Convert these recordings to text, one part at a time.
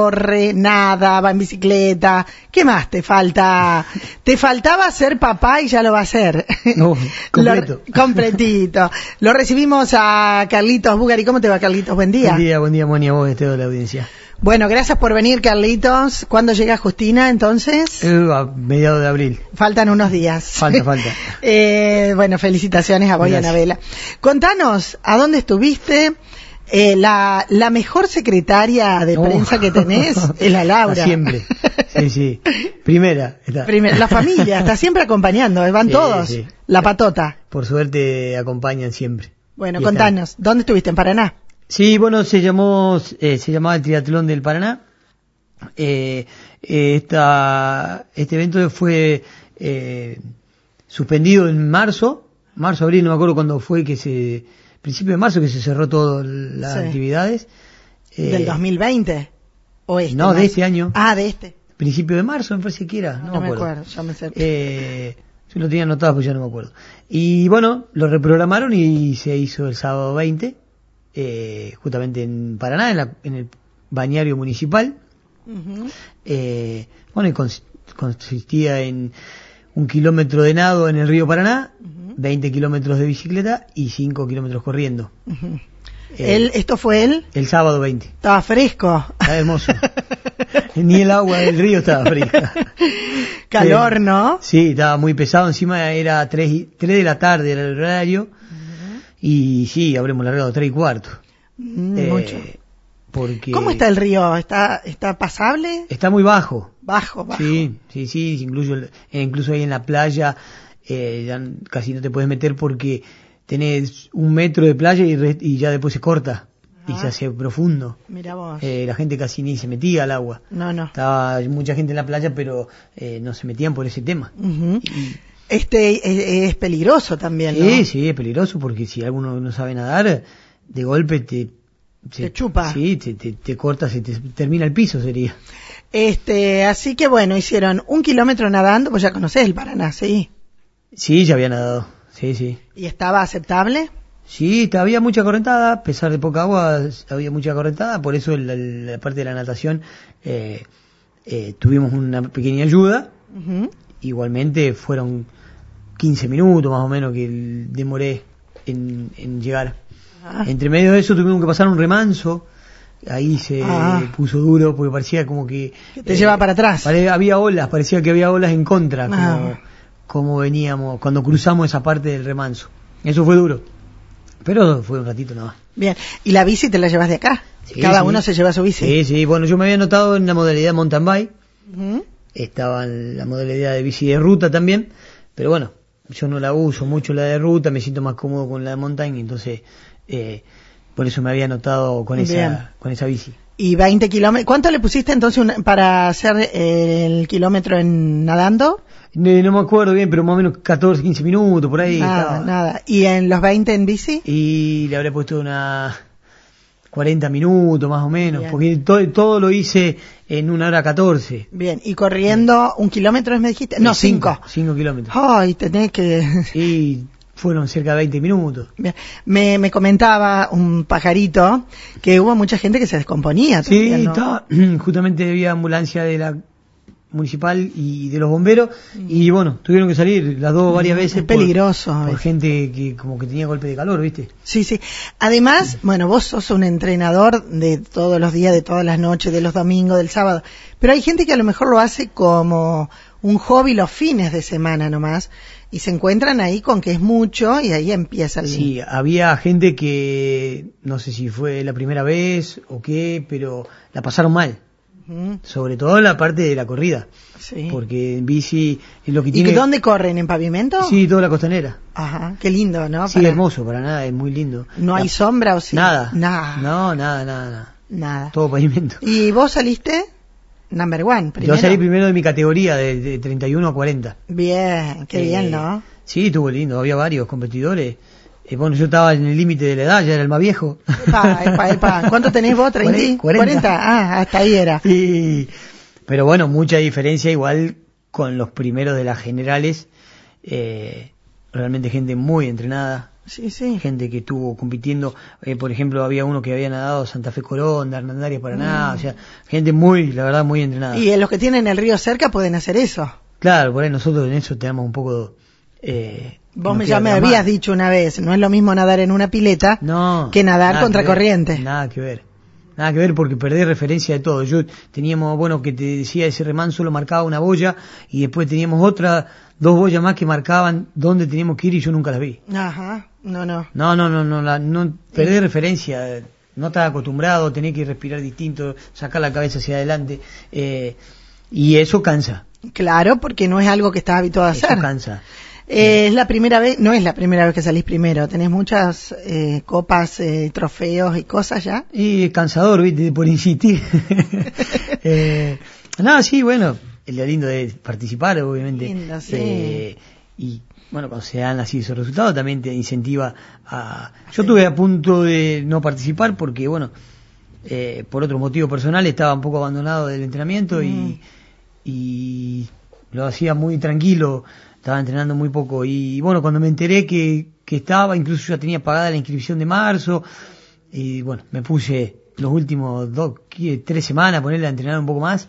corre, nada, va en bicicleta. ¿Qué más te falta? Te faltaba ser papá y ya lo va a ser. No, completo. Lo, completito. Lo recibimos a Carlitos Bugari. ¿Cómo te va, Carlitos? Buen día. Buen día, buen día, Moni, a vos, este de la audiencia. Bueno, gracias por venir, Carlitos. ¿Cuándo llega Justina, entonces? Eh, a mediados de abril. Faltan unos días. Falta, falta. Eh, bueno, felicitaciones a vos y a Gracias. Anabela. Contanos, ¿a dónde estuviste? Eh, la, la mejor secretaria de Oh. prensa que tenés es la Laura. Siempre. Sí, sí. Primera. está. Primero, la familia está siempre acompañando, eh, van Sí, todos. sí. La patota. Por suerte acompañan siempre. Bueno, Y están. contanos, ¿dónde estuviste? ¿En Paraná? Sí, bueno, se llamó, eh, se llamaba el Triatlón del Paraná. Eh, eh, esta, este evento fue eh, suspendido en marzo, marzo, abril, no me acuerdo cuándo fue que se, principio de marzo que se cerró todas las Sí. actividades. Eh, ¿Del 2020? ¿O este no, de más? este año. Ah, de este. Principio de marzo, me parece que era, No, no, me acuerdo, yo me sé. Eh, yo lo tenía anotado, pues ya no me acuerdo. Y bueno, lo reprogramaron y se hizo el sábado 20, eh, justamente en Paraná, en, la- en el bañario municipal. Ujú. Eh, bueno, y cons- consistía en un kilómetro de nado en el río Paraná, 20 kilómetros de bicicleta y 5 kilómetros corriendo. Ujú. Eh, Él- esto fue él, El sábado 20. estaba fresco. Está hermoso. Ni el agua del río estaba fría. Calor, Sí. ¿no? Sí, estaba muy pesado. Encima era 3, y, 3 de la tarde era el horario. Eh, Y sí, habremos largado 3 y cuarto. Mm, Eh, mucho. Porque ¿Cómo está el río? ¿Está, está pasable? Está muy bajo. Bajo, bajo. Sí, sí, sí. Incluso, el- eh, incluso ahí en la playa eh, ya n- casi no te puedes meter porque tenés un metro de playa y, re- y ya después se corta. Y Ah. se hace profundo. Mira vos. Eh, la gente casi ni se metía al agua. no, no. Estaba mucha gente en la playa, pero eh, no se metían por ese tema. Ujú. Este es, es peligroso también, ¿no? Sí, sí, es peligroso porque si alguno no sabe nadar, de golpe te... Te chupa. Sí, te, te, te cortas y te termina el piso, sería. Este, así que bueno, hicieron un kilómetro nadando, pues ya conocés el Paraná, sí. Sí, ya había nadado. Sí, sí. ¿Y estaba aceptable? Sí, te- había mucha correntada, a pesar de poca agua, había mucha correntada, por eso el- el- la parte de la natación eh, eh, tuvimos una pequeña ayuda. Ujú. Igualmente fueron 15 minutos más o menos que el- demoré en, en llegar. Ah, Entre medio de eso tuvimos que pasar un remanso. Ahí se Ah. puso duro porque parecía como que... Que te lleva para atrás. pare- había olas, parecía que había olas en contra. Como, Ah. como veníamos, cuando cruzamos esa parte del remanso. Eso fue duro. Pero fue un ratito nada más. Bien. ¿Y la bici te la llevas de acá? Sí, Cada sí. uno se lleva su bici. Sí, sí. Bueno, yo me había notado en la modalidad mountain bike. Ujú. Estaba en la modalidad de bici de ruta también. Pero bueno, yo no la uso mucho la de ruta. Me siento más cómodo con la de montaña. Entonces, eh, por eso me había notado con Bien. esa, con esa bici. Y 20 kilómetros. ¿Cuánto le pusiste entonces un- para hacer eh, el kilómetro en nadando? Ne- No, me acuerdo bien, pero más o menos 14, 15 minutos, por ahí. nada, estaba. nada. ¿Y en los 20 en bici? Y le habré puesto una 40 minutos más o menos, Bien. porque todo, todo lo hice en una hora 14. Bien. ¿Y corriendo un kilómetro me dijiste? No, cinco. Ah. 5 Eh, kilómetros. Ay, tenés que... Y fueron cerca de 20 minutos. Bien. Me, me comentaba un pajarito que hubo mucha gente que se descomponía. Sí, también, ¿no? estaba- justamente había ambulancia de la municipal y de los bomberos y bueno, tuvieron que salir las dos varias Mm, veces es peligroso, por, a por veces. gente que como que tenía golpe de calor, ¿viste? Sí, sí. Además, bueno, vos sos un entrenador de todos los días, de todas las noches, de los domingos, del sábado. Pero hay gente que a lo mejor lo hace como un hobby los fines de semana nomás. Y se encuentran ahí con que es mucho y ahí empieza el Sí, había gente que no sé si fue la primera vez o qué, pero la pasaron mal. Ujú, Sobre todo la parte de la corrida, sí. porque en bici es lo que ¿Y tiene. dónde corren? ¿En pavimento? Sí, toda la costanera. Ajá, qué lindo, ¿no? sí, Para- hermoso, para nada, es muy lindo. Ah, ¿No hay La- sombra o sí? Nada. Nada. No, nada, nada, nada. Nada. Todo pavimento. ¿Y vos saliste? Number one, primero. Yo salí primero de mi categoría, de, de 31 a 40. Bien, qué Eh, bien, ¿no? Sí, estuvo lindo, había varios competidores. Eh, bueno, yo estaba en el límite de la edad, ya era el más viejo. Epa, epa, epa. ¿Cuánto tenés vos? ¿30? 40. 40. Ah, hasta ahí era. Y- pero bueno, mucha diferencia igual con los primeros de las generales. eh, realmente gente muy entrenada, Sí, sí. gente que estuvo compitiendo, eh, por ejemplo, había uno que había nadado Santa Fe Coronda, Hernandarias Mm. Paraná, o sea, gente muy, la verdad, muy entrenada. Y eh, los que tienen el río cerca pueden hacer eso. Claro, por ahí nosotros en eso tenemos un poco... Eh, Vos nos me, queda ya me la mano. habías dicho una vez, no es lo mismo nadar en una pileta No, que nadar nada contra ver, corriente. Nada que ver. Nada que ver porque perdí referencia de todo. Yo teníamos, bueno, que te decía, ese remán solo marcaba una boya y después teníamos otra, dos boyas más que marcaban dónde teníamos que ir y yo nunca las vi. Ajá, no, no. No, no, no, no, la, no perdés referencia, eh, no estás acostumbrado, tenés que respirar distinto, sacar la cabeza hacia adelante, eh, y eso cansa, Claro, porque no es algo que estás habituado a eso hacer. cansa. Eh, es la primera vez, no es la primera vez que salís primero. Tenés muchas eh, copas, eh, trofeos y cosas ya. Y es cansador, viste, por insistir. eh, no, sí, bueno, lo lindo de participar, obviamente. Lindo, sí. Eh, y bueno, cuando se dan así esos resultados, también te incentiva a... Yo estuve a punto de no participar porque, bueno, eh, por otro motivo personal estaba un poco abandonado del entrenamiento y, y lo hacía muy tranquilo, estaba entrenando muy poco. Y bueno, cuando me enteré que, que estaba, incluso ya tenía pagada la inscripción de marzo, y bueno, me puse los últimos dos, qui- tres semanas a ponerla a entrenar un poco más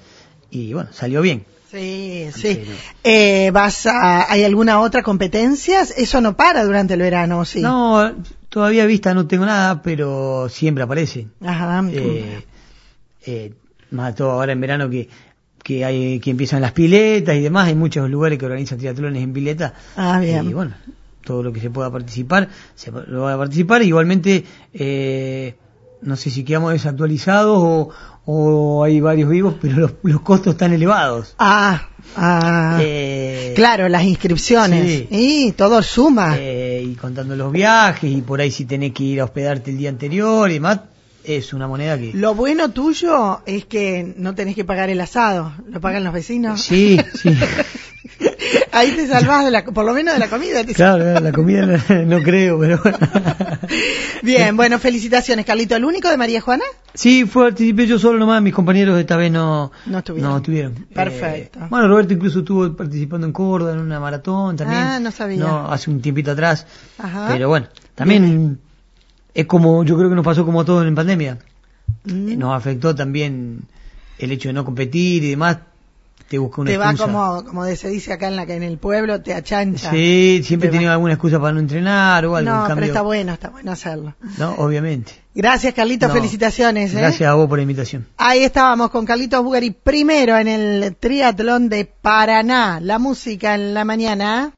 y bueno, salió bien. Sí, sí. Anterior. Eh, ¿Vas a, hay alguna otra competencia? Eso no para durante el verano, ¿o sí. No, todavía vista no tengo nada, pero siempre aparece. Ajá, Eh, eh, más a todo ahora en verano que, que hay que empiezan las piletas y demás, hay muchos lugares que organizan triatlones en pileta. Ah, bien. Y bueno, todo lo que se pueda participar, se pa- lo va a participar. Igualmente, eh, no sé si quedamos desactualizados o, o hay varios vivos, pero los, los costos están elevados. Ah, ah. Eh, claro, las inscripciones. sí. Y todo suma. eh, y contando los viajes y por ahí si tenés que ir a hospedarte el día anterior y demás, es una moneda que... Lo bueno tuyo es que no tenés que pagar el asado, lo pagan los vecinos. Sí, sí. Ahí te salvás, de la, por lo menos de la comida. te Claro, claro, la comida no, no creo, pero bueno. Eh. Bien, bueno, felicitaciones, Carlito. ¿El único de María Juana? Sí, fue, participé yo solo nomás, mis compañeros esta vez no, No estuvieron. no estuvieron. Perfecto. Eh, bueno, Roberto incluso estuvo participando en Córdoba, en una maratón también. Ah, no sabía. Ah. No, hace un tiempito atrás. Ajá. Pero bueno, también es como, yo creo que nos pasó como a todos en pandemia. Mm. Eh, Nos afectó también el hecho de no competir y demás. Te busca una te va excusa. como, como se dice acá en, la, en el pueblo, te achancha. Sí, siempre Te va- tenía alguna excusa para no entrenar o algo. en No, pero cambio- está bueno, está bueno hacerlo. No, obviamente. Gracias, Carlitos, No. felicitaciones. ¿eh? Gracias a vos por la invitación. Ahí estábamos con Carlitos Bugari, primero en el triatlón de Paraná. La música en la mañana. ¿eh?